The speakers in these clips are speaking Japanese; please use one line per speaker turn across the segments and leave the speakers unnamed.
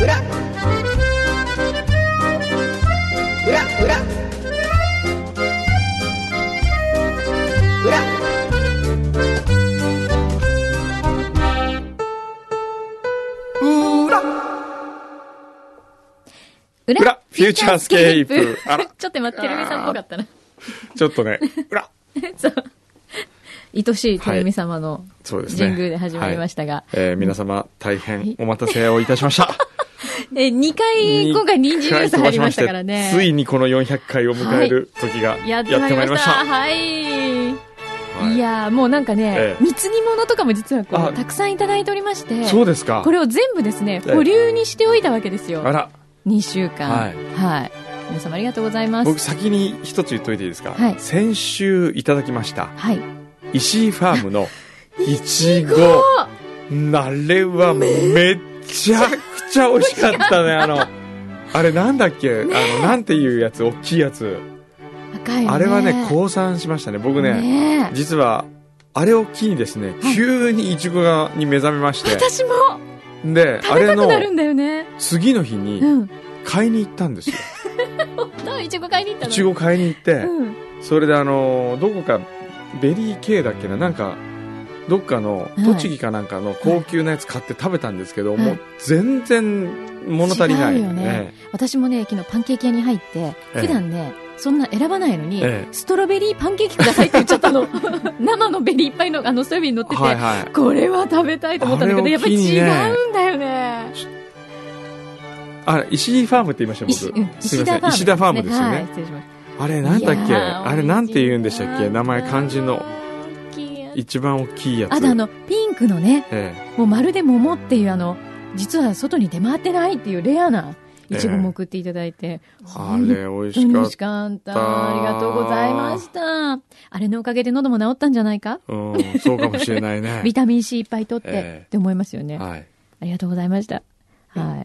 裏裏裏裏
裏
裏フューチャースケープあ ら
ちょっと今、てるみさんっぽかったな。
ちょっと ね、裏。
そう。愛しいてるみ様の
そうですね。
神宮で始まりましたが、
はい。えー皆様、大変お待たせをいたし ました。
え、2回、今回人参ニュース入りましたからね。
ついにこの400回を迎える時が
や
やっ
ってて
ま
ま
い
い
り
り
ま
ま
し。
したた。はい。
はい
いやーもうなんかね
え、え
貢ぎ物とかも実はこ
あ
う、たくさんいただいておりまして、
そうですか。
これを全部ですね、
ええ
保留にしておいたわけですよ
あ。ら、
2週間。
は
はいい。皆様ありがとうございま
僕
す。
先に一つ言っといていいですか。
はい
先週いただきました、
はい。
石井ファーム のいちご。
お
あれはめっちゃくちゃ美味しかったね、あの。あれなんだっけ、あの、なんていうやつ、大きいやつ。
赤いよ
あれはね、降参しましたね。僕ね、
ねえ
実はあれを機にですね急にいちごがに目覚めまして
私も
であ
食べ
れ
たく
の
なるんだよね。
次の日
う
に
ん。
買いに行ったんですよ
どういちご買いに行った
い
の
ちご買いに行って
うん。
それであのーどこかベリー系だっけななんかどっかの
はい
栃木かなんかの高級なやつ買って食べたんですけど、
はい
もう全然物足りない
違うよね私もね、昨日パンケーキ屋に入って、
ええ
普段ね、そんな選ばないのに、
ええ
ストロベリーパンケーキくださいって言っちゃった の。生のベリーいっぱいの、あの、ストロベリー乗って
え
て、
はいはい
これは食べたいと思ったんだけ
あ
ど、
れ
や
を
っぱ
機
り
に
違
ね
うんだよね。
あれ石井ファームって言いました
石
よ
う
僕
ん
すいません
石
石
田
田
フ
フ
ァー
ァ
ム
ー
で
ムですす
ねは
よ
い
ね、
失礼しまし
あれなんだっ
い
け
やー
あれなんて言うんでしたっけ名前漢字の
た大きいやつ
一番大きいやつ
あとあの、ピンクのね、
ええ
もうまるで桃っていうあの、実は外に出回ってないっていうレアな、いちごも送っていただいて、
あれ、美味
美
しかっ
味しかった。ありがとうございました。あれのおかげで喉も治ったんじゃないか、
た。うん、そうかもしれな いね。
ビタミン C いっぱい取って、
ええ
って思いますよね。
はい。
ありがとうございました。は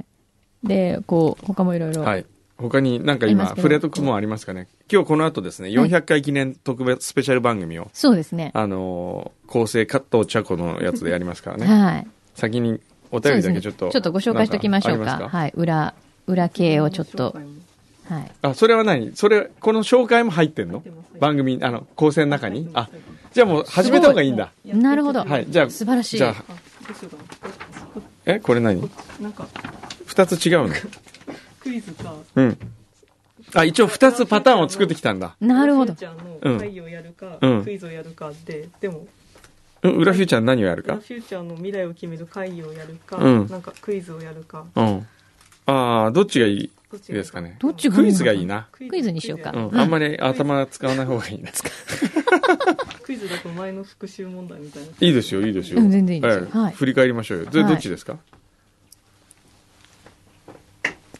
い。で、こう、他もいろいろ。
はい。他になんか
あります
今、
けど
触れとくもんありますかね。今日この後ですね、400回記念特別スペシャル番組を、
そうですね。
あのー、構成加藤茶子のやつでやりますからね。
はい。
先にお
そう
便
で
り
す
だ
ね。
けちょっと。
ご紹介しておきましょう
なんあ
か。
ります
はい。裏、裏系をちょっと。はい。
あ、それは何それ、この紹介も入ってんの番組、あの、構成の中にあ、じゃあもう始めた方がいいんだ。
なるほど。
はい、じゃあ、
素晴らしい。
じゃあ、え、これ何
なんか
二つ違うの
クイズか。
うん。あ、一応二つパターンを作ってきたんだ。
なるほど
フュー。チャーの会をやるか、
うん
クイズをやるかで、でも、
うん、裏フューチャーの何をやる
フュ
か
ーチャーの未来を決める会をやるか、
うん
なんかクイズをやるか、
うん。ああ、どっちがいい
どっちがいい
ですかね。
どっちが
クイズがいいな。
ク
クイズにしようか
ク
う
イズ
ん。あんまり頭使わない方がいいな。
クイズだと前の復習問題みたいな。
いいですよ、いいですよ。
うん全然いいですよ
ええ
はい
振り返りましょうよ。で、
はい
どっちですか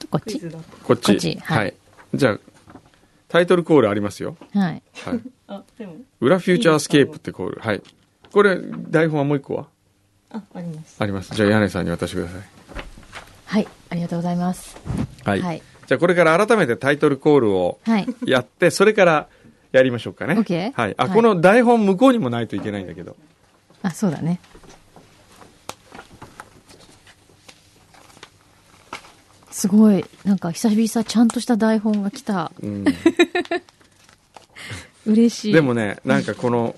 こっ
クイ
ち。
ズだと。
こっち。
こっちはい
はい。じゃあ、タイトルコールありますよ。
はい。
はい。
あ、でも、
裏フューチャースケープってコール。はい。これ、台本はもう一個は
あ、あります。
あります。じゃあ、柳井さんに渡してください。
はい。ありがとうございます。
はい。
はい
じゃあ、これから改めてタイトルコールを
はい。
やって、それからやりましょうかね。
OK
はい。あ、
はい
この台本向こうにもないといけないんだけど。
あ、そうだね。すごい。なんか久々ちゃんとした台本が来た。
うん、
嬉しい。
でもね、なんかこの、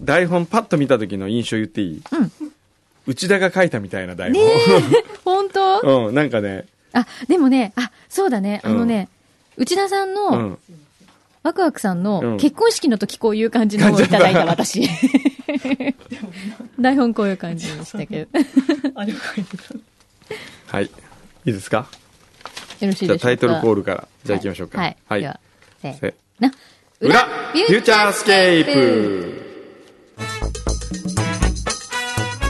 台本パッと見た時の印象言っていい、
うん
内田が書いたみたいな台本。
本当、
うん、なんかね、
あ、でもね、あ、そうだね。あのね、内田さん
う
の、
ん。
ワクワクさん
う
の
ん
結婚式の時こういう感じのをいただい た私。台本こういう感じにしたけど。よ
あ、了解 です。
はい。いいですか
ろしいでしょうか
じゃあタイトルコー
ル。
ルから、じゃあ行きましょうか。
はい。
はい。
では、せー
せ
の。
裏フ
フュ
ュー
ー
チ
チ
ャ
ャ
ー
ー
ス
ス
ケ
ケ
ー
ー
プ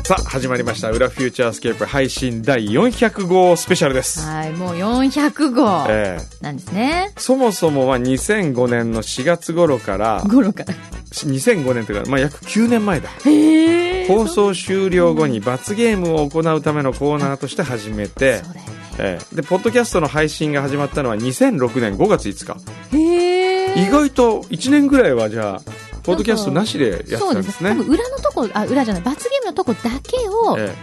さあ始まりました「裏フューチャースケープ」配信第400号スペシャルです、
はい、もう400号
ええ
なんですね。
そもそもは2005年の4月頃から
ゴロから。
2005年というか、まあ、約9年前だ
へえ。
放送終了後に罰ゲームを行うためのコーナーとして始めて
そうだよ
ええでポッドキャストの配信が始まったのは2006年5月5日
ね。へえ。
意外と1年ぐらいはじゃあポッドキャストなしでやってた
そ
ん
う
で
ですす
ね
ね。多分裏のとこ、あ、裏じゃない、罰ゲームのとこだけを
え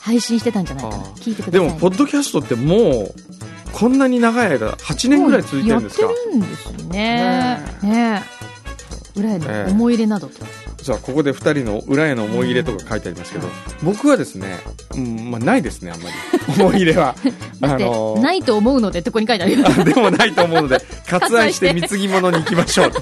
配信してたんじゃないかな
あ。ー
聞いてく
え
だ
で
さい。
もポッドキャストってもうこんなに長い間8年ぐらい続いてるんですか
やってるんですね。ねえ。裏への思い入れなどと。
さあここで2人の裏への思い入れとか書いてありますけど、僕はですね、うんまあ、ないですねあんまり 思い入れ は
だって、
のー
ないと思うのでってここに書いてあるよ。
でもないと思うので割愛して貢ぎ物に行きましょう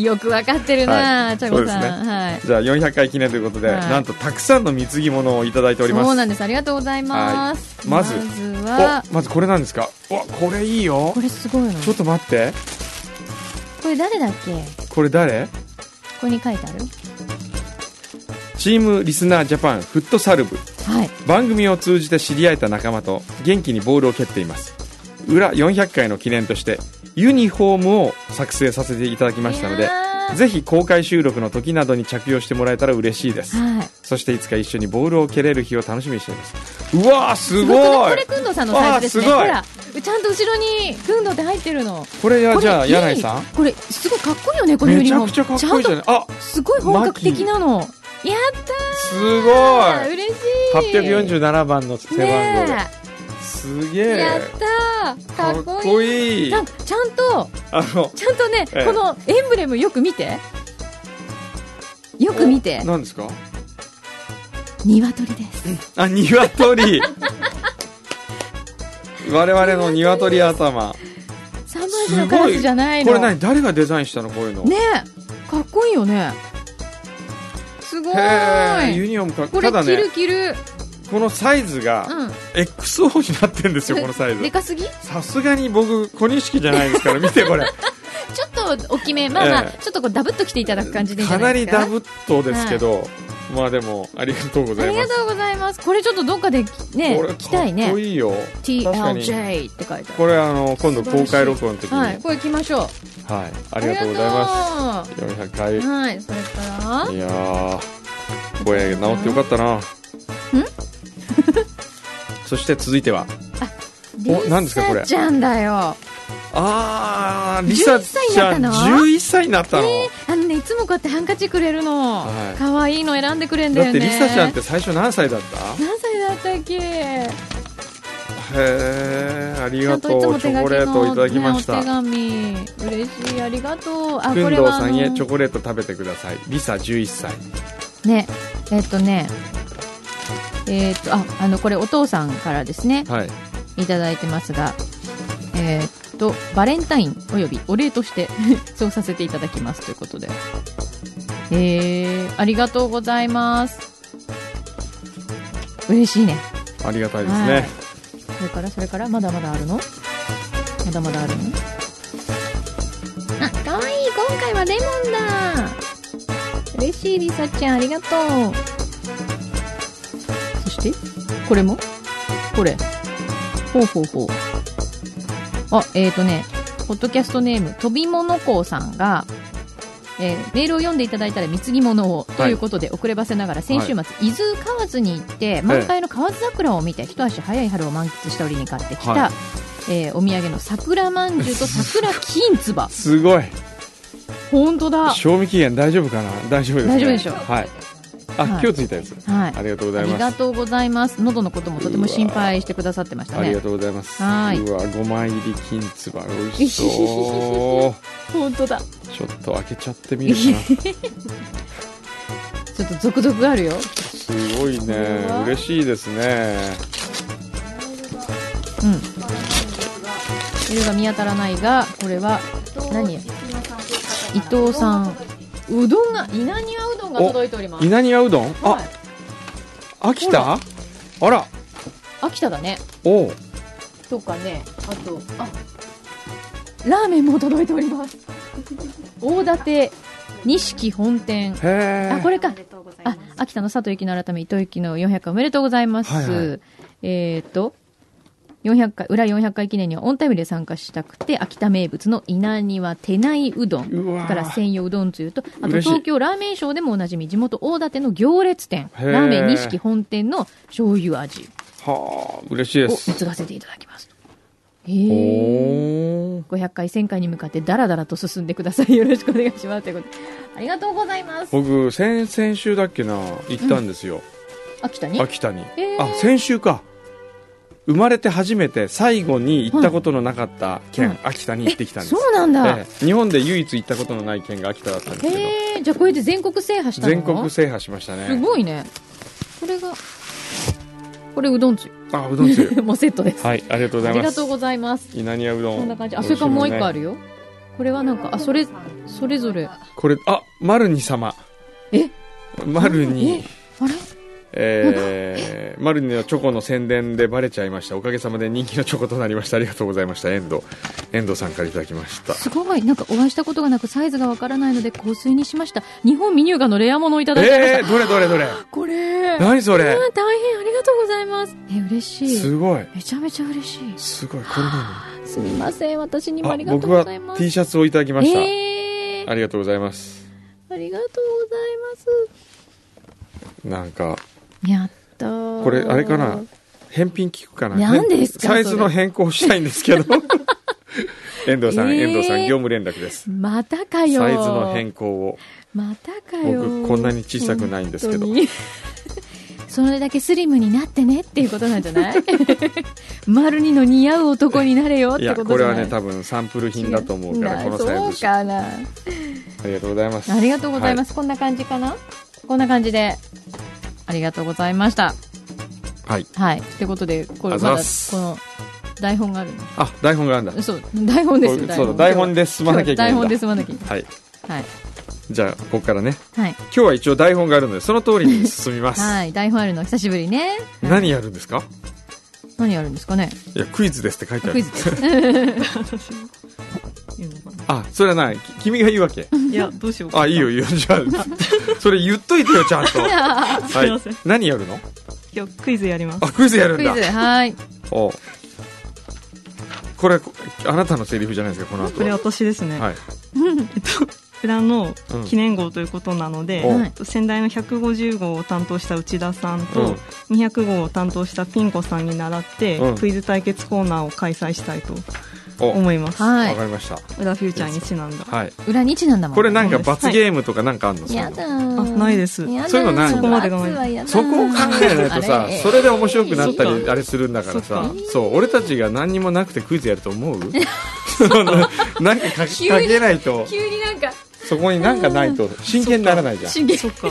よくわかってるな
は
あ、
い
ちゃこさん。
そうです
はい。
じゃあ400回記念ということで、
はい
なんとたくさんの貢ぎ物をいただいております
そうなんです。ありがとうございます。
はいまず
は、
おまずこれなんですかうわこれいいよ
これすごいの。
ちょっと待って
これ誰だっけこ
これ誰
こに書いてある
チームリスナージャパンフットサル部
はい。
番組を通じて知り合えた仲間と元気にボールを蹴っています裏400回の記念としてユニフォームを作成させていただきましたの
い
で
やー
ぜひ公開収録の時などに着用してもらえたら嬉しいです
はい。
そしていつか一緒にボールを蹴れる日を楽しみにしていますうわーす
僕の
ご
こ
い
れ、くんどうさんのサイズですね。
あーすご
ほ
い
ら、ちゃんと後ろにくんどうって入ってるの。
これ
こ
や
れ
じゃあ
いい
柳井さ
これ、すごいかっこいいよね、こ
ん
のユ
め
ニ
ち
フォー
ゃ
ム。
くちゃかっこいいじゃないあ
ゃんと、すごい本格的なの。や
す
ったー
ごい
嬉しい
847番の背番号で、
ね
す
え、
げ
や
え
ったーかっこいい
い
ちゃんちゃんと、
あの
ちゃんとね、
ええ
このエンブレムよく見て。よく見て。
何ですか
鶏です。
あ鶏我々の鶏頭
三枚目のカラスじゃないの。
これ何誰がデザインしたのこういうの
ねえかっこいいよねすご
へえ
ー
ユ
い
ニフォームか
こ
た
れ
だ
着る
ね
着る、
このサイズが
うん
XO になってるんですよこのサイ ズ
でかすぎちょ
さすがに僕小錦じゃないですから見てこれ
っと大きめまあまあ、
ええ
ちょっとこうダブっと着ていただく感じでいいんじ
か
ゃ
な
ないで
り
すか
ダブっとですけど、まあでもありがとうご
あ
ざい
り
ま
が
す
とうございますこれちょっとどっかでね
これ
着たい
かっ
ね
こいいよ確かに
TLJ って書いてある
これあの今度公開録音の時には
はいい、これ着ましょう
ありがとうございます
ありがと
400回
うはいそれから
いやー声が治ってよかったな そして続いてはお何ですかこれ
リサちゃんだよ
あーリサちゃん11
11
歳になったの
あのねいつもこうやってハンカチくれるの
はい
可愛、い、の選んでくれんだよ
だっ
ね
てリサちゃんって最初何歳だった
何歳だったっけ
へーあり
ちゃ
が
ん
と
というつ
チ
も手
ョ
書
コ
き
レートをい
の、
ただき
ね、
ま
お
し
手
た
紙嬉しいありがとうあ
く
こ
ん
れ
どう
はあ
さ
の
んへチョコレート食べてくださいリサ11歳
ねえっとねえっとああのこれお父さんからですね
はい
いただいてますがえっとバレンタインおよびお礼として そうさせていただきますということでえー、ありがとうございます嬉しいね
ありがたいですね、
はいそれからそれからまだまだあるのまだまだあるのあかわいい今回はレモンだ嬉しいりさちゃんありがとうそしてこれもこれほうほうほうあえー、とねポッドキャストネーム飛びものこうさんがえーメールを読んでいただいたら貢ぎ物をということで、遅ればせながら先週末、伊豆河津に行って満開の河津桜を見て一足早い春を満喫した折に買ってきた、
はい
えーお土産の桜まんじゅうと桜きんつば
すごい
本当だ、はい、
賞味期限大丈夫かな大丈夫です、ね、
大丈夫でしょう
はいあ、
はい
今日ついたやつあ
あ
りがとうござい
り
ま
が
す
とうございます喉のこともとても心配してくださってました
あり
ね
がとうございます
はいう
わ5枚入りきんつば美味しそう
本当だ
ちょっと開けちゃってみるかな
ちょっと続々あるよ
すごいね
うわ
嬉しいですね
うん色が見当たらないがこれは何伊藤さんうどんが稲庭うどんが届いております
稲庭うどん
は
あ
い、
秋田あら
秋田だね
おう
とかねあとあラーメンも届いております大館錦本店
へえ
あこれか
ありがとうござい
あ
ます
秋田の佐藤幸の改め、糸幸の400回おめでとうございます。
はいは
えっ、と、400回、裏400回記念にはオンタイムで参加したくて、秋田名物の稲庭手内うどん、
うわー
から専用うどんつゆと、あと
嬉しい
東京ラーメンショーでもおなじみ、地元大館の行列店、
へー
ラーメン錦本店の醤油味
はあ、嬉しいで
を
す。
継がせていただきます。へ
お
ー
お。
500回、1000回に向かってだらだらと進んでください。よ ろしくお願いします。ということで、ありがとうございます。
僕、先々週だっけな、行ったんですよ。
秋田に
秋田に。
へー
あ、先週か。生まれて初めて最後に行ったことのなかった県、
はい
秋田に行ってきたんです。
そうなんだ。
ええ日本で唯一行ったことのない県が秋田だったんですけど、
へえ、じゃあこれで全国制覇したの
全国制覇しましたね。
すごいね。これが、これうどんつ
あ、うどんつゆ。
ゆ。もうセットです。
はい、ありがとうござ
あ
い
り
ま
がと
す
う。ございます。
稲庭うどん。
こんな感じ。あ、それからもう一個あ
る。
るよ。これはなんか、あ、それ、それぞれ。
これ、あ、丸に様。
え
丸に、
あれ
えー、丸にはチョコの宣伝でバレちゃいました。おかげさまで人気のチョコとなりました。ありがとうございました。遠藤。遠藤さんからいただきま した。
すごい。なんかお会いしたことがなくサイズがわからないので香水にしました。日本ミニューガのレアものをいただきました。
えー、どれどれどれ。
これ。あ
何そ
ー
れ。
大変ありがとうございます。え、嬉しい。
すごい。
めちゃめちゃ嬉しい。
すごい。これ何
すみません。私にもあ
あ
りがとう
僕
ご
は
ざいます
T。シャツをいただきました。
えー
ありがとうございます。
ありがとうございます。
なんか、
やったー
これ、あれかな。返品聞くかな。
何ですか
サイズの変更したいんです けど。遠藤さん、
えー
遠藤さん、業務連絡です。
またかよー
サイズの変更を。
またかよー
僕、こんなに小さくないんですけど
本。当に それだけスリムになってねっていうことなんじゃない 丸にの似合う男になれよっ
い
て
や、
こと
こ
じ
れ
ゃな
はいね、多分サンプル品だと思うから、
な
このサイズ。
そう
あ
かな
りがとうございます。。
ありがとうございますす、こんな感じかなこんな感じでありがとうございました
はい。
はいってことでこれ
あ
ま
ざ
だ
っ
こ
す
の台本がある
あ、台本があるんだ。
のそう台本ですよ
そうだ、台本で進まなきゃいけないんだ。
台本で済まなきゃいけ
はい。
ない
じゃあ、ここからね。
はい、はい
今日は一応台本があるので、その通りに進みます。
はい、台本あるの久しぶりね。
何やるんですか
何やるんですかね
いや、クイズですって書いてあ
クイ
る
ズ。です。
私も言うのかな
あ、それはない。き君が言うわけ。
いやどうしようか
あ、いいよ、いいよ。じゃあ、 それ言っといてよ、ちゃん と。は
すいません。
何やるの
今日クイズやります
あ、クイズやる
ク
ん
イズ、
だ。
はい。
おうこれ、こあなたのセリフじゃないですか、この後
これ
は。
私ですね、
はい。
えっと裏の
うん
記念号ということなので、
お
はい
先代の150号を担当した内田さん
う
と
ん
200号を担当したピン子さんに習って、
うん
クイズ対決コーナーを開催したいと
お、わ
思います、
はい
か。りました。
裏フューチャーにちなんだ、
はい。
裏日なんだもん。
これなん
そ
か
うです
罰ゲームとかなんかあんのそういう
や
の
だ
あ
ー
ないです
やだー
そういうのない
そこまでが
罰はやだー
そこを考えないと
あ
さ
れ
それで面白くなった
そっ
り
か
あれするんだからさ
そ
そう俺たちが何にもなくてクイズやると思うそのなんかか
急に
けかけないと
急になんか、
そこになんかないと真剣にならないじゃ
真剣。
そっか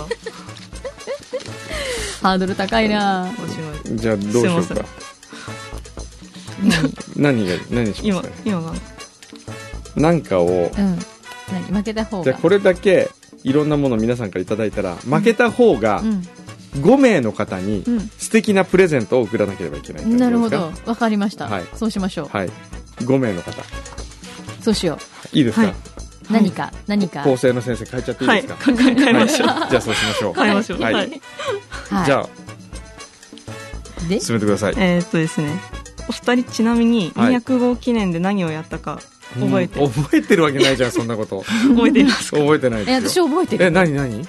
ハードル高いなー
面白い
んじゃあどうしよう
すい
か
ま
何が何しま
今
すかね
今が
なんかを
うん。何負けた方
じ
が。
ゃあこれだけいろんなもの皆さんからいただいたら負けた方が
うん。
5名の方に
うん
素敵なプレゼントを送らなければいけないってこと
なるほ
です
ど。わかりました
はい。
そうしましょう
か。はい5名の方
そうしよ
いいですか、
はい。
うん何か、何か。
構成の先生変えちゃっていい
は
で
い
すか、
考えましょう
はいじゃあそうしましょう
考えましょう
はい
はい
はい
じゃあ
で、
進めてください
えーっとですねお二人ちなみに
はい
200号記念で何をやったか覚えて、
うん覚えてるわけないじゃんそんなこと
覚えていますか
覚えてない
え、
で
私
すよ
覚えて
え
る。
何何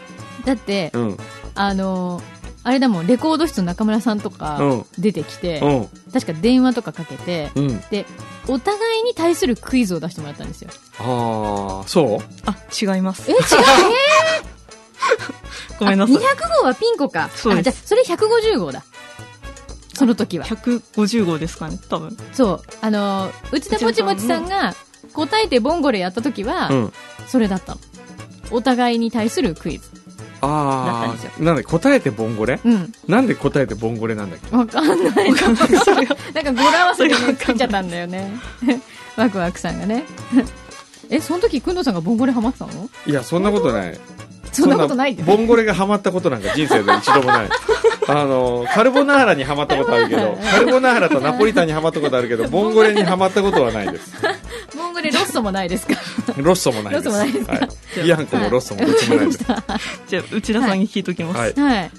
だって
う、ん
あのー、あれだもん、レコード室の中村さんとか出てきて
う、ん
確か電話とかかけて、
うん
で、お互いに対するクイズを出してもらったんですよ。
ああそう
あ違います
え、違う
ごめんなさい
あ200号はピンコか。
そうです
あじゃあ、それ150号だ。その時は。
150号ですかね多分
そう。あのー、内田ぽちぽちさんが答えてボンゴレやった時は、
うん
それだったの。お互いに対するクイズ。だ
あ
ったんで
あなんで答えてボンゴレ
うん。
なんで答えてボンゴレなんだっけ
わかんない。なんか語呂合わせでねついちゃったんだよね。 ワクワクさんが ね。え、その時、くんどうさんがボンゴレハマってたの
いやそんなことない
そんなことないよ
ボンゴレがハマったことなんか人生で一度もないあのカルボナーラにハマったことあるけどカルボナーラとナポリタンにハマったことあるけどボンゴレにハマったことはないです
ボンゴレロストもないですか
ロッソもないです。
ロッソもないですか
はい、ビアンコもロッソもどっちもないです。は
じゃあ内田さんに聞いときます、
はい
はい。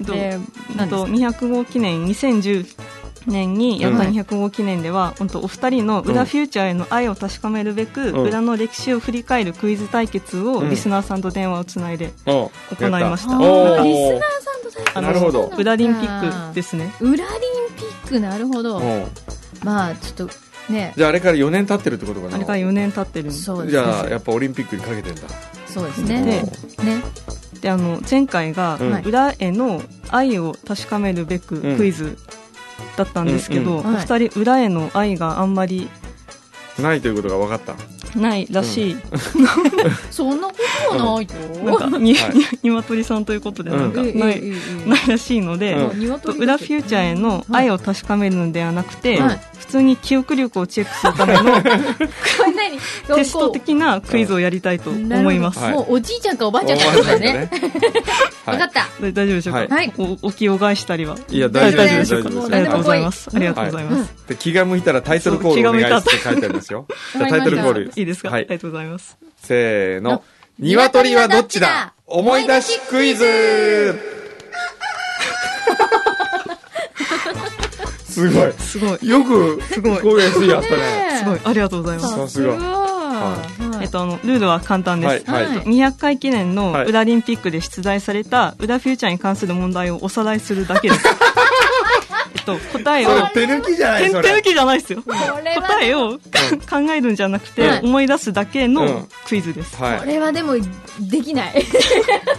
どう
え
えっと200号記念2010年にやった200号記念では、本当お二人の裏フューチャーへの愛を確かめるべく、
うん
裏の歴史を振り返るクイズ対決を
うん
リスナーさんと電話をつないで
行
行いました
あ
お
ーリスナーさん
ー
と対。
あ
なるほど
裏リンピックですすね
裏リンピック、なるほど。
うん
まあ、ちょっと、ね、
じゃああれから4年経ってるってことかな
あれから4年経ってるんです
そうで
じ
す
ゃあ
ね。
やっぱオリンピックにかけてんだ
そうです
お
ね。ね
で。
は
であの前回が
うん
い。
裏への愛を確かめるべく
うん
クイズだったんですけど、
うんうん
お二人裏への愛があんまり
ないということが分かった
ないらしい、
そんなこともないと。
なんかに、
はい
に 鶏さんということでなんかない、
ええええええ
ないらしいので、
うん
鶏
裏フューチャーへの愛を確かめるのではなくて、
はい
普通に記憶力をチェックするた めの
これ何
テスト的なクイズをやりたいと思います。
はい
もうおじいちゃんかおばあちゃん
お
か
ばあちゃ
だ
んが
ね。
は
わ
い
かった。
で大丈夫でしょうか、
はい
おお気を害したりは。
いや大丈夫です
大
大
丈夫
丈夫
ですあり
です
がとうございます。
は
あ
い
りがとうございます。
で気が向いたらタイトルコールお願いして書いてあるんですよじゃあタイトルコール
いいですか、
は
あり
い
がとうございます。
せーの「
鶏
鶏
は
は
ど
ど
っ
っ
ち
ち
だ
だ?」思い出しクイズすごい
すごい。
よくす
ごい
こういうやつやったね
すごい。ありがとうございます。
さす
すごい
が
えっと、あの、ルールは簡単です。
はい
はい
200回記念の
はい
裏リンピックで出題された裏フューチャーに関する問題をおさらいするだけです。えっと、答えを
そ、れ手抜きじゃない
点
そ
々
れ
抜きじゃないですよ。
これ
答え
は、
を 考えるんじゃなくて、
はい
思い出すだけのクイズです、
はい
これはでも、できない。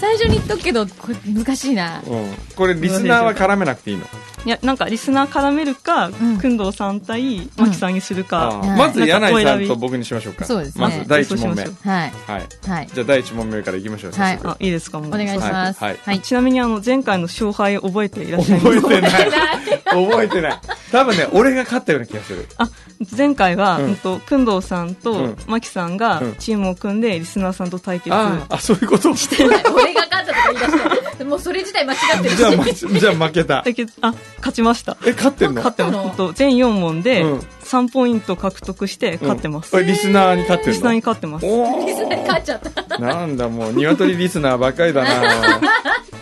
最初に言っとくけど、これ難しいな。
うんこれリスナーは絡めなくていいの
いやなんかリスナー絡めるか
ん
工藤さん対真木さんにするか、
あー
はい
まず柳井さんと僕にしましょうか
そうですね
まず第1問目
そうしま
はい。
はい
はい。
じゃあ第1問目からいきましょう
はい
早
あいいですかもう
お願いします。
はい
はい。
ちなみにあの前回の勝敗覚えていらっしゃいます
速覚えてな
は
い覚えてない多分ね俺が勝ったような気がする
あ前回は、
うん
うんと工藤さん
う
と
ん
真木さんが
うん
チームを組んでリスナーさんと対決、
あーあそういうことして
い俺が勝ったとか言い出して、もうそれ自体間違ってるし。
じゃあ、ま、じゃあ負けた
対決あ勝ちました
え勝ってんの
勝ってます
勝
うん
った
と全4問で
うん
3ポイント獲得して勝ってます、
うんえリスナーに勝って
リ
ん
スナーに
の
勝ってます
お
リスナーに勝っちゃった。
ーなんだもう鶏リスナーばっかりだな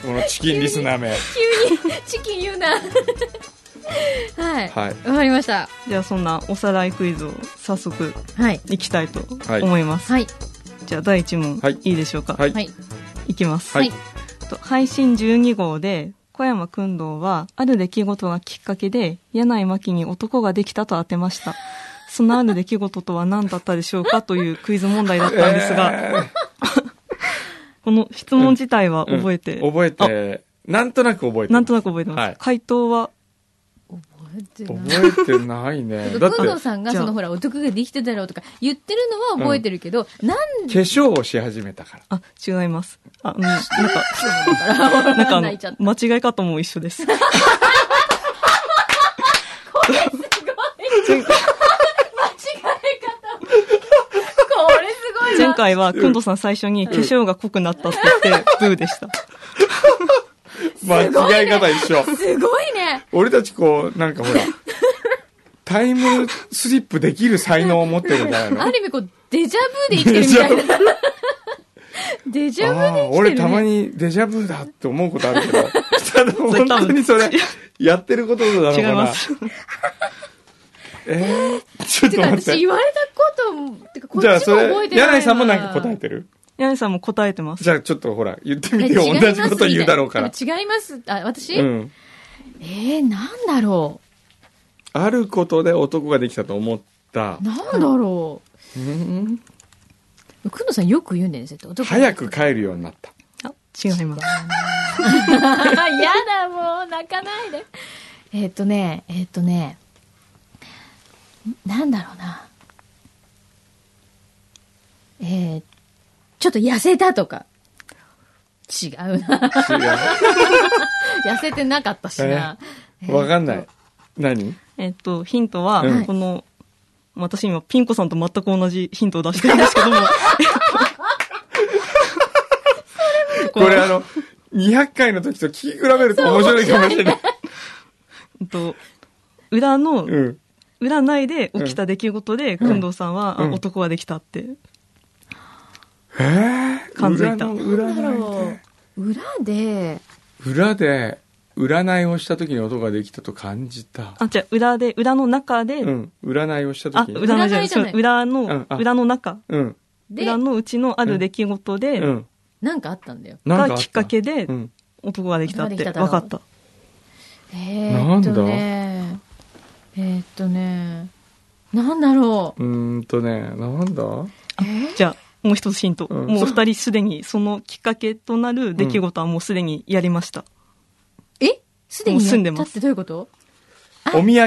このチキンリスナーめ
急にチキン言うなはい
はい
わかりました
じゃあそんなおさらいクイズを早速
はい
いきたいと
はい
思います、
はい
じゃあ第1問、
はい
い、いでしょうか、、
はいい
はい
きます、
はい
と配信12号で小山君堂はある出来事がきっかけで柳井真紀に男ができたと当てましたそのある出来事とは何だったでしょうかというクイズ問題だったんですが、
えー
この質問自体は覚えて、
うん覚えてなんとなく覚えて
なんとなく覚えてます、
はい
回答は
覚えてない
覚えてないねだって
工藤
化
さんが
じゃあ
そのほら男ができてたろうとか言ってるのは覚えてるけど、なん
粧をし始めたから
あ違いますあうんなんかなんかあ
泣いちゃっ
の間違い方も一緒です
これすごい
前回は工藤さん最初に化粧が濃くなったって言ってブーでした
間違い方一緒
すごいね
俺たちこうなんかほらタイムスリップできる才能を持ってるんじゃ
あ
ないの
る意味こうデジャブで生きてるみたいな デジャブ
ああ
で生きてる、ね、
ー俺たまにデジャブだって思うことあるけ どただ本当にそれやってることなの
違
か
い
な
ます
えー、ちょってと
か
待っ
私言
て
われたことてかこっち
じ
も
ゃあそれ
覚えてないな
柳井さんもなんか答えてる
柳井さんも答えてます
じゃあちょっとほら言ってみ
え
てよ
違いま
同
す
じこと言うだろうから
みたいな違いますあ私、
うん
えー、なんだろ
あることで男ができたと思った
うなんだろ
うん
う久野さんよく言うんだよね絶対男
早く帰るようになった
あ違います
あ やだもう泣かないでえっとねえっとねんなんだろうなえー、ちょっと痩せたとか違う な痩せてなかったしな、
違うわかんない何
えっと、ヒントは、
うん
この、私今、ピン子さんと全く同じヒントを出してるんですけども。
これあの、200回の時と聞き比べると面白いかもしれない。
えっと、裏の
うん。
占いで起きた出来事で、くんどうさんは、
うん
あ男ができたって。
えー、
感づいた
裏の
なんだ
占い
ろ
で
う裏で
裏で占いをした時に音ができたと感じた
あ、じゃあ裏で、裏の中で、
うん占いをした
あ、
時に
裏のじゃな
占
い
いじゃない
そう裏
うん
の、
あ
裏の中。
うん
で
裏のうちのある出来事で、
うん
なんかあったんだよ
なんか
が
あた
きっかけで
う、ん
男ができたって
男
分
ができただろう
かった。
えー、っとねえー、っとねなんだろ
うーんとねなんだ
うえ
じゃあ、もう一つヒント。
うん
もう二人すでに、そのきっかけとなる出来事はもうすでにやりました。
ー、えすで
もう
に
住んで
やった
ま
っ
す
てどういうこと
お土産
あ、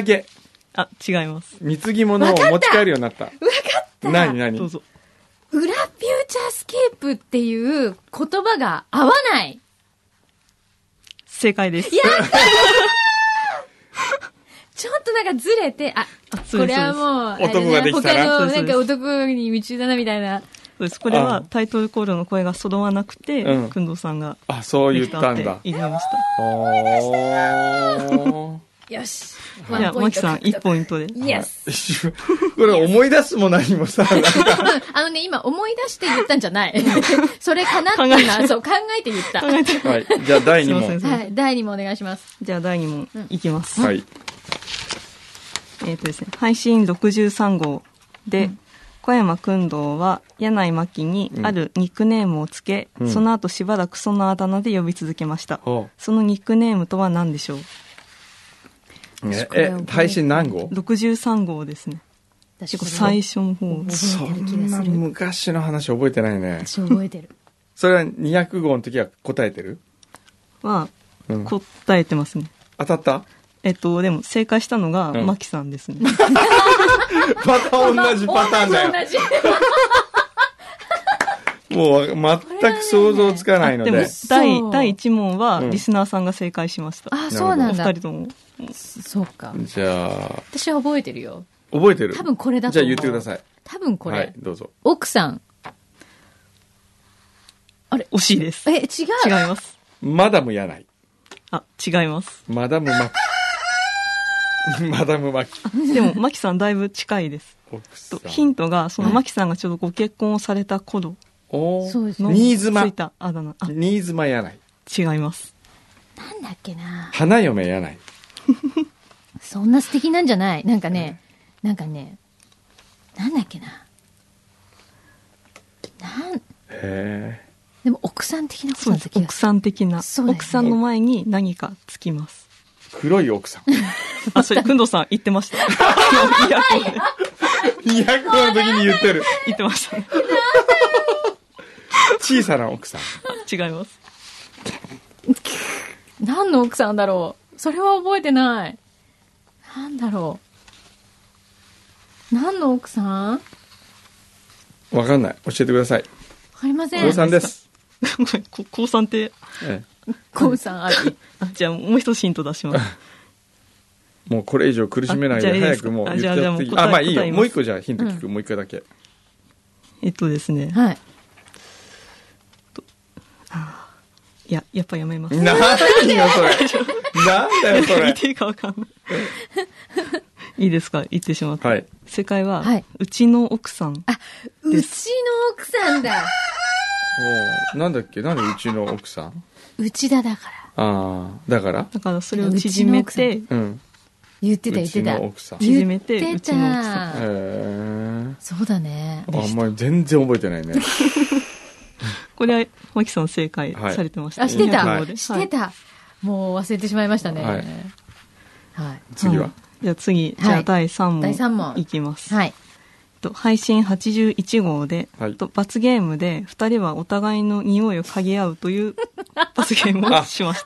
違います。
貢ぎ物を持ち帰るようになったわかった何
どう
何
ぞ。
裏フューチャースケープっていう言葉が合わない
正解です。
ちょっとなんかずれて、あ、
そう
こ
で
れ
す
はもう、あれだ
男ができたら
他の
そうそう
な
んです
か男に夢中だなみたいな。
そうです。これ
あ
はタイトルコールの声が揃わなくて、
うん
くんどうさんが
あそう
で
言
き
っ
た
た
っ
ん
て
だ
言いまし
お
よし。
た。じゃあ、マキさん1ポイントで。
ント。イエス。
ー これ思い出すも何もさなんか
うん あのね、今思い出して言ったんじゃない。 それかなって
考え
今、
て
そう、考えて言った。
考えて
はいじゃあ第
すい
2
ません、
問
すいま
は
せん。
い、第2問お願いします。
じゃあ、第2問いきます。
はい
えっ、とですね、配信63号で、小山君堂は柳井真紀にあるニックネームをつけ、
うん
その後しばらくそのあだ名で呼び続けました。
ほ
そのニックネームとは何でしょう
うねえ配信何号
?63 号ですね。
私
結構
これ
最初の方。
覚え
そ
てる気
ん
が
な
する。
昔の話覚えてないね
私覚えてる。
それは200号の時は答えてる、
は
うん、
答えてますね。
当たった
えっと、でも正解したのが
うん
マキさんですね。
また同じパターンだよ
同じ。
もう全く想像つかないの
で
で
も第
そう
第1問は
うん
リスナーさんが正解しました。
あ、そうな
お
んだ
二人。とも。
そうか。
じゃあ
私は覚えてるよ。
覚えてる
多分これだ
じ
と
ゃあ
思う。
言ってください
多分こ
はい
れ。
どうぞ
奥さん。
惜しいです。違い
え、違う。
ます。
マダムやない
あ、違います。
マダムマキマダムマキ
でも、マキさんだいぶ近いです。
奥さ
と
ん
ヒントが、そのマキさんがちょうどご結婚をされた頃
お
そうです
の、
ね
新妻
ついたあだ名。あ、
新妻やない
違います。
なんだっけな。
花嫁やない
そんな素敵なんじゃないなんかね、なんかね、なんだっけな。なん、
へえ
でも奥さん的なこと
そう
だ
で
っ
す
た。気が
奥
す
さん的な。
そうだよね
奥さんの前に何かつきます。
黒い奥さん
あ、それ、くんどさん言ってました。いや、これ
200号の時に言ってる
言ってましたね。
小さな奥さん
違います。
る。何の奥さんだろうそれは覚えてない。なんだろう何の奥さんわ
わかんない教えてください
かりません。
高さんです
ごめんこ高三って、
え
コウさんあ り。
あじゃあもう一つヒント出します。
えもうこれ以上苦しめない
あじゃあ
で
いいで
早
す
く
か
もう言っち
あじゃあ
ゃってい
じゃあもう答え
いあまあいい
答え
よ
ます
もう一個じゃあヒント聞くもう一個だけ
えっとですね。
はい。
いや、やっぱやめます。
何よそれなんだよ そ
見
れ
ていいかわかんない。いいですか言ってしまって。
はい
正解は、
はいう
ちの奥さん。
うちの奥さん だ。
おうなんだっけなんでうちの奥さん
内田だから。
ああだから
だからそれを縮めて、
うん
言ってた
う
言って
ち
た。
の奥さんへ
縮めて
言って
うちの奥さ
た。
え
そうだね。
あんまり全然覚えてな いね
これは、マキさん正解
はい
されてました、
あ、してた。
200号
は
で
してた、もう忘れてしまいましたね。
は
はいい。はい。
次
い
は
じゃあ次、
はい
じゃあ第3問。
第三問
いきます。
はい。
と配信81号で、
はい
と罰ゲームで2人はお互いの匂いを嗅ぎ合うと いう罰ゲームをしまし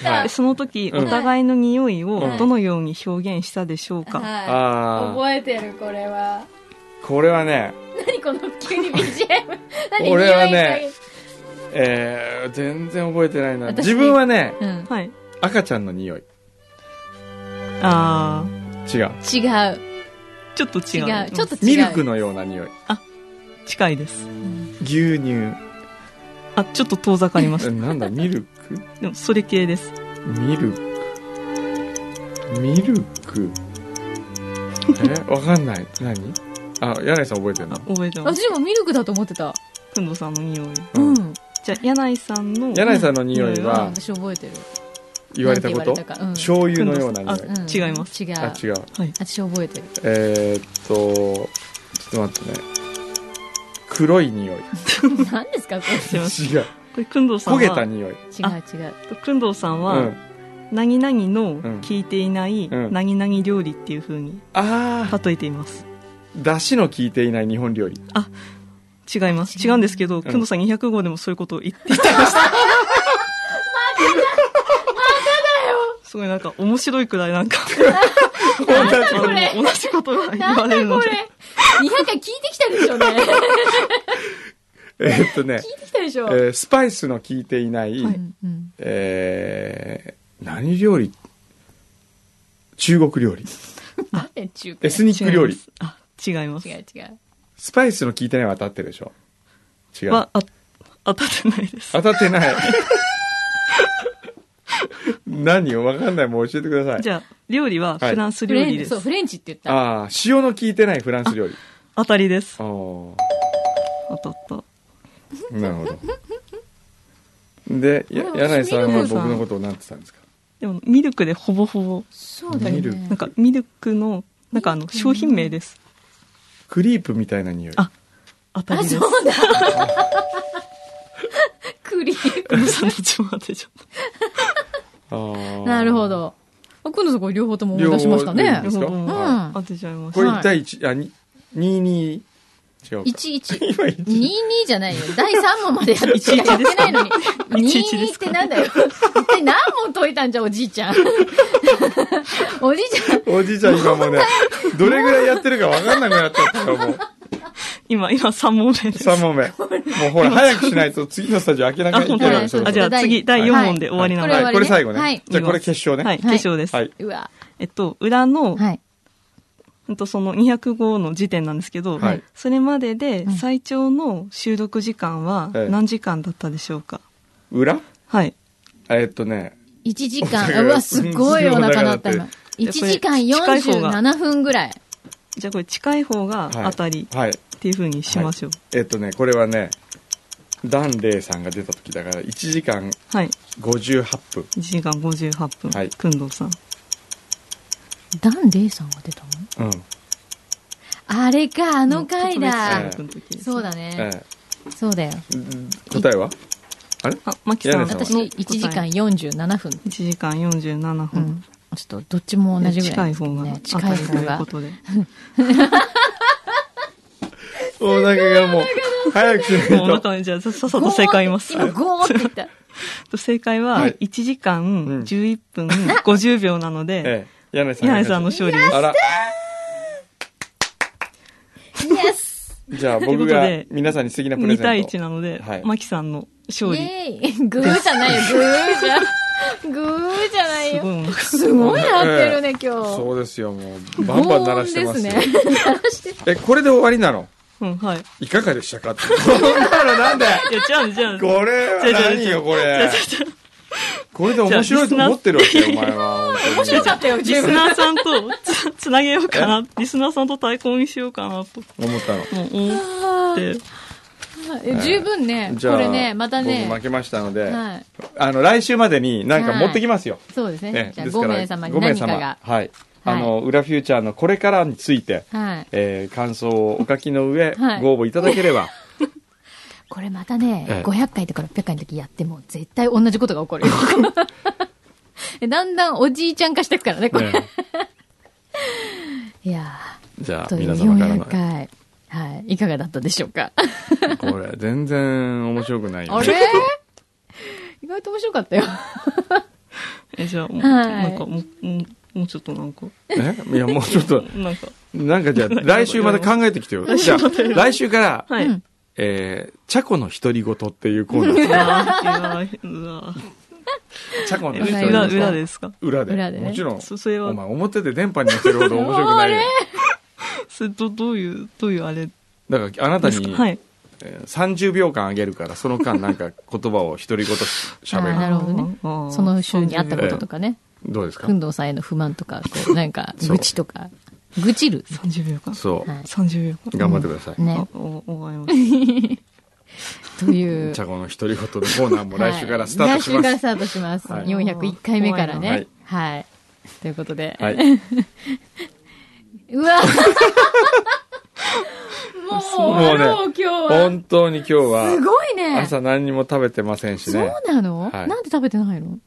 た。
は
で
い
その時、
うん
お互いの匂い
うん
をどのように表現したでしょうか、
は
ああ
覚えてる、これは。
これはね
何この急 に BGM。何
俺はね
匂い嗅ぎ
えー、全然覚えてないな
私
自分はね
うん。
はい。
赤ちゃんの匂い
あー、
違う
違う。
ちょっと違う。
違う。ちょっと違う。
ミルクのような匂い
近いです。
牛乳
あ、ちょっと遠ざかりまし
え
た。
なんだミルク
でも、それ系です。
ミルクミルクえわかんない。何あ、柳井さん覚えてるの
覚えてます
私もミルクだと思ってた。
くんどうさんの匂い
うん。
じゃあ柳井さんの
柳井さんの匂い
うん
は
私覚えてる。
言われたこ
なん
と
て言われたかうん
醤油のような匂い。
違
うん
います
違う。
あ、違う。
はい
私覚えてる。
えーっと、ちょっと待ってね。黒い匂い。
何ですかこ
すいません
違う。
これくんどうさん
焦
は
げた匂い。
れ。違う違う。
くんどうさん
う
は、
ん。
何々の
ん
聞いていない
うん
何々料理っていう風に
あー、
例えています
出汁の効いていない日本 料理。
違います違うんですけど、くんどうさん200号でもそういうことを言っていたましたまただよすごいなんか面白いくらいなんか
同
あ
じ
の
これ
同じことが言
な
わ
ん
れ
だ
るの
こ
で
れ !200 回聞いてきたでしょうね。
えーっとね、
聞いてきたでしょ
え。ースパイスの効いていない、
うんうん
えー、何料理中国料理。
なんで中華
エスニック料理。
あ違います
違う違う。
スパイスの効いてないは当たってるでしょ違う。
はあ当たってないです
当たってない。 何をわかんない。もう教えてください。
じゃあ料理は
はい
フランス
フ
料
レ
理
ンチ、
です、
そう、フレンチって言った。
ああ、塩の効いてないフランス料理。
当たりです
あー
当たった
なるほど。で、や
これ
柳井さんは
私
僕のことを何て言ったんですか
でもミルクでほぼほぼ
そうだよ
ミルク
ね
なん。かミルクのなんかあの商品名です
クリープみたいな匂い。
あ当た
あ、
りです
そうだ。クリー
ごめんなさいちょっと待ってちょっ
あー
ム。なるほ。ど。あ、くんのそこ両方とも思い出しました
両方
ね
で。すか
両方
は
と当てちゃいま
い
し
こ
た
れ
はい
1対1、あ、に22、違うか。
11。
今1。
22じゃないよ。第3問までやってしかやってないのに。
11で
22っ
すか
てなんだよ。一体何問解いたんじゃ、おじい ちゃん。おじいちゃん、
おじいちゃん今もうね、どれぐらいやってるかわかんなくなっちゃったよ、もう。
今今3問目です
3問目。もうほら、早くしないと次のスタジオ開けなきゃいけ
あ
な
本当
い。そろ
だあ
そ
じ
ろ
ゃあ次第4問で終わりなので、
は
はいいこれ最後ね。
はい
じゃあこれ決勝ね。
はい決勝です、
はい。
うわ。
えっと裏の、
はい。
うんとその205の時点なんですけど、
はい
それまでで
ん
最長の収録時間は
ええ
何時間だったでしょうか
裏
はい
えっとね、
1時
お互い
間、うわ、すごいお腹鳴った今。1時間47分ぐらい。
じゃあこれ近い方が
はい
当たり
はい。
っていうふうにしましょう
えっとね、これはね、ダンレイさんが出た時だから、1時間
はい、
58分。
1時間58分、
はい
くんどうさん
ダン・レイさんが出たの
うん。
あれか、あの回だ。
特別収録の時です
そうだ
え
ね。そうだよ。
えうん答えは
あマキさん
柳井さんは
私、1時間47分。
1時間47
う
分、
ん。ちょっと、どっちも同じぐらい。
近い方が
ね
当
近
た
い
りと
方
いう
が
こ。とで。
お腹がもう、早くし ない
もうお
と。
腹にじゃあささっさと正解言います。
今、ゴーって言った。
正解は
はい
1時間
うん
11分50秒なので、
ええ、柳井さんが
柳井さんの勝利です。
あら、
イエス
じゃあ僕
と
が
いうことで
皆さんに素敵なプレゼン
2
ト。
対1なので、
はい
マキさんの
イ
勝利。
ェーイグーじゃないよ、グーじゃ。グーじゃない
すごい
よ。
もの
すごいなってるね、今日。
そうですよ、もう、バンバン鳴らしてますよ。 え、これで終わりなの
うん、はい。い
いかがでしたかって。こんなのなんで
や、違うんです、違うんです。
これは何よ、これ。これで面白いと思ってるわけよ、お前は。面白
かったよ、
リスナーさんとつつなげようかな、リスナーさんと対抗にしようかなと
思ったの。
もう思って、
十分ね、
じゃあ、
これね、またね
僕、負けましたので、
はい。
あの、来週までになんか持ってきますよ。
そうですね。
ね
じゃあ、
です
5
から
名様に何か
5名
が。
はい。あの、裏フューチャーのこれからについて、
はい。
えー感想をお書きの上、
はい
ご応募いただけれ ば、
これまた
ええ
ね、500回とか600回の時やっても、絶対同じことが起こる よ。だんだんおじいちゃん化していくからね、これ。
ね
いや
じゃ
ー、
あ、
という
皆様から
400
の、
回。はい。いかがだったでしょう か
これ、全然面白くないよ、
あ
ね。
れ意外と面白かったよ。
えじゃあ、もう
はい
なんかもう、もうもうちょっとなんか、
えいや、もうちょっと、
なんか、
な んかじゃあ、来週まで考えてきてよ。じゃあ、来週から、
はい。
うん
えー、チャコの独り言っていうコ ーナー
うわうわ
チャコの
わかり
裏、
ました
裏ですか
裏で。
裏でね
もちろん。
そそれは
お前、表で電波に乗せるほど面白くないよ。
それど、どういう、どういうあれ
だから、あなた
です
に、
かはい。
えー30秒間あげるから、その間なんか言葉を独り言しゃべ
あーな
る。
るほどね
あー。
その週にあったこととかね。
どうですか
くんどうさんへの不満とか、こう、なんか、
そう
愚痴とか。
愚痴る。
30秒間。
そ。
はいう
30秒間。
頑張ってください。
あ
ね。
お、お、わかりました。
という。
チャコの独り言のコーナーも来週からスタートし
はい来週
ま
から
す
ス。タートします。
はい
401回目から
は
ね
い。
はい、ということで。
はい。
うわ もう終わろ
も
う、
う
今日は。
本当に今日
す
は、
ごいね。
朝何にも食べてませんし
そ
ね。
うなの、
はい
なんで食べてないの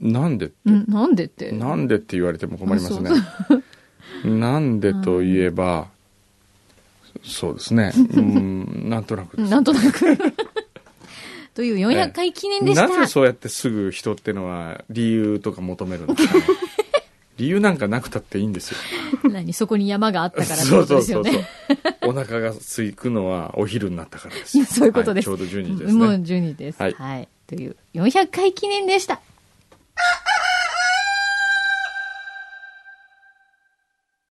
なんで、
うん、なんでって。
なんでって言われても困りますね
あ。
なんでといえば、そうですね。うん、なんとなくです。
なんとなく。 という400回記念でした。
なぜそうやってすぐ人ってのは理由とか求めるん ですかね。理由なんかなくたっていいんですよ。
何そこに山があったからって
そ
こ
う
と
そ
で
う
す
そ
よ
う
ね。
そう。お腹がすいくのはお昼にな ったからです
いや
よ。
そういうことです
はちょうど12時ですね。
もう12です。は。
はいい
という400回記念でした。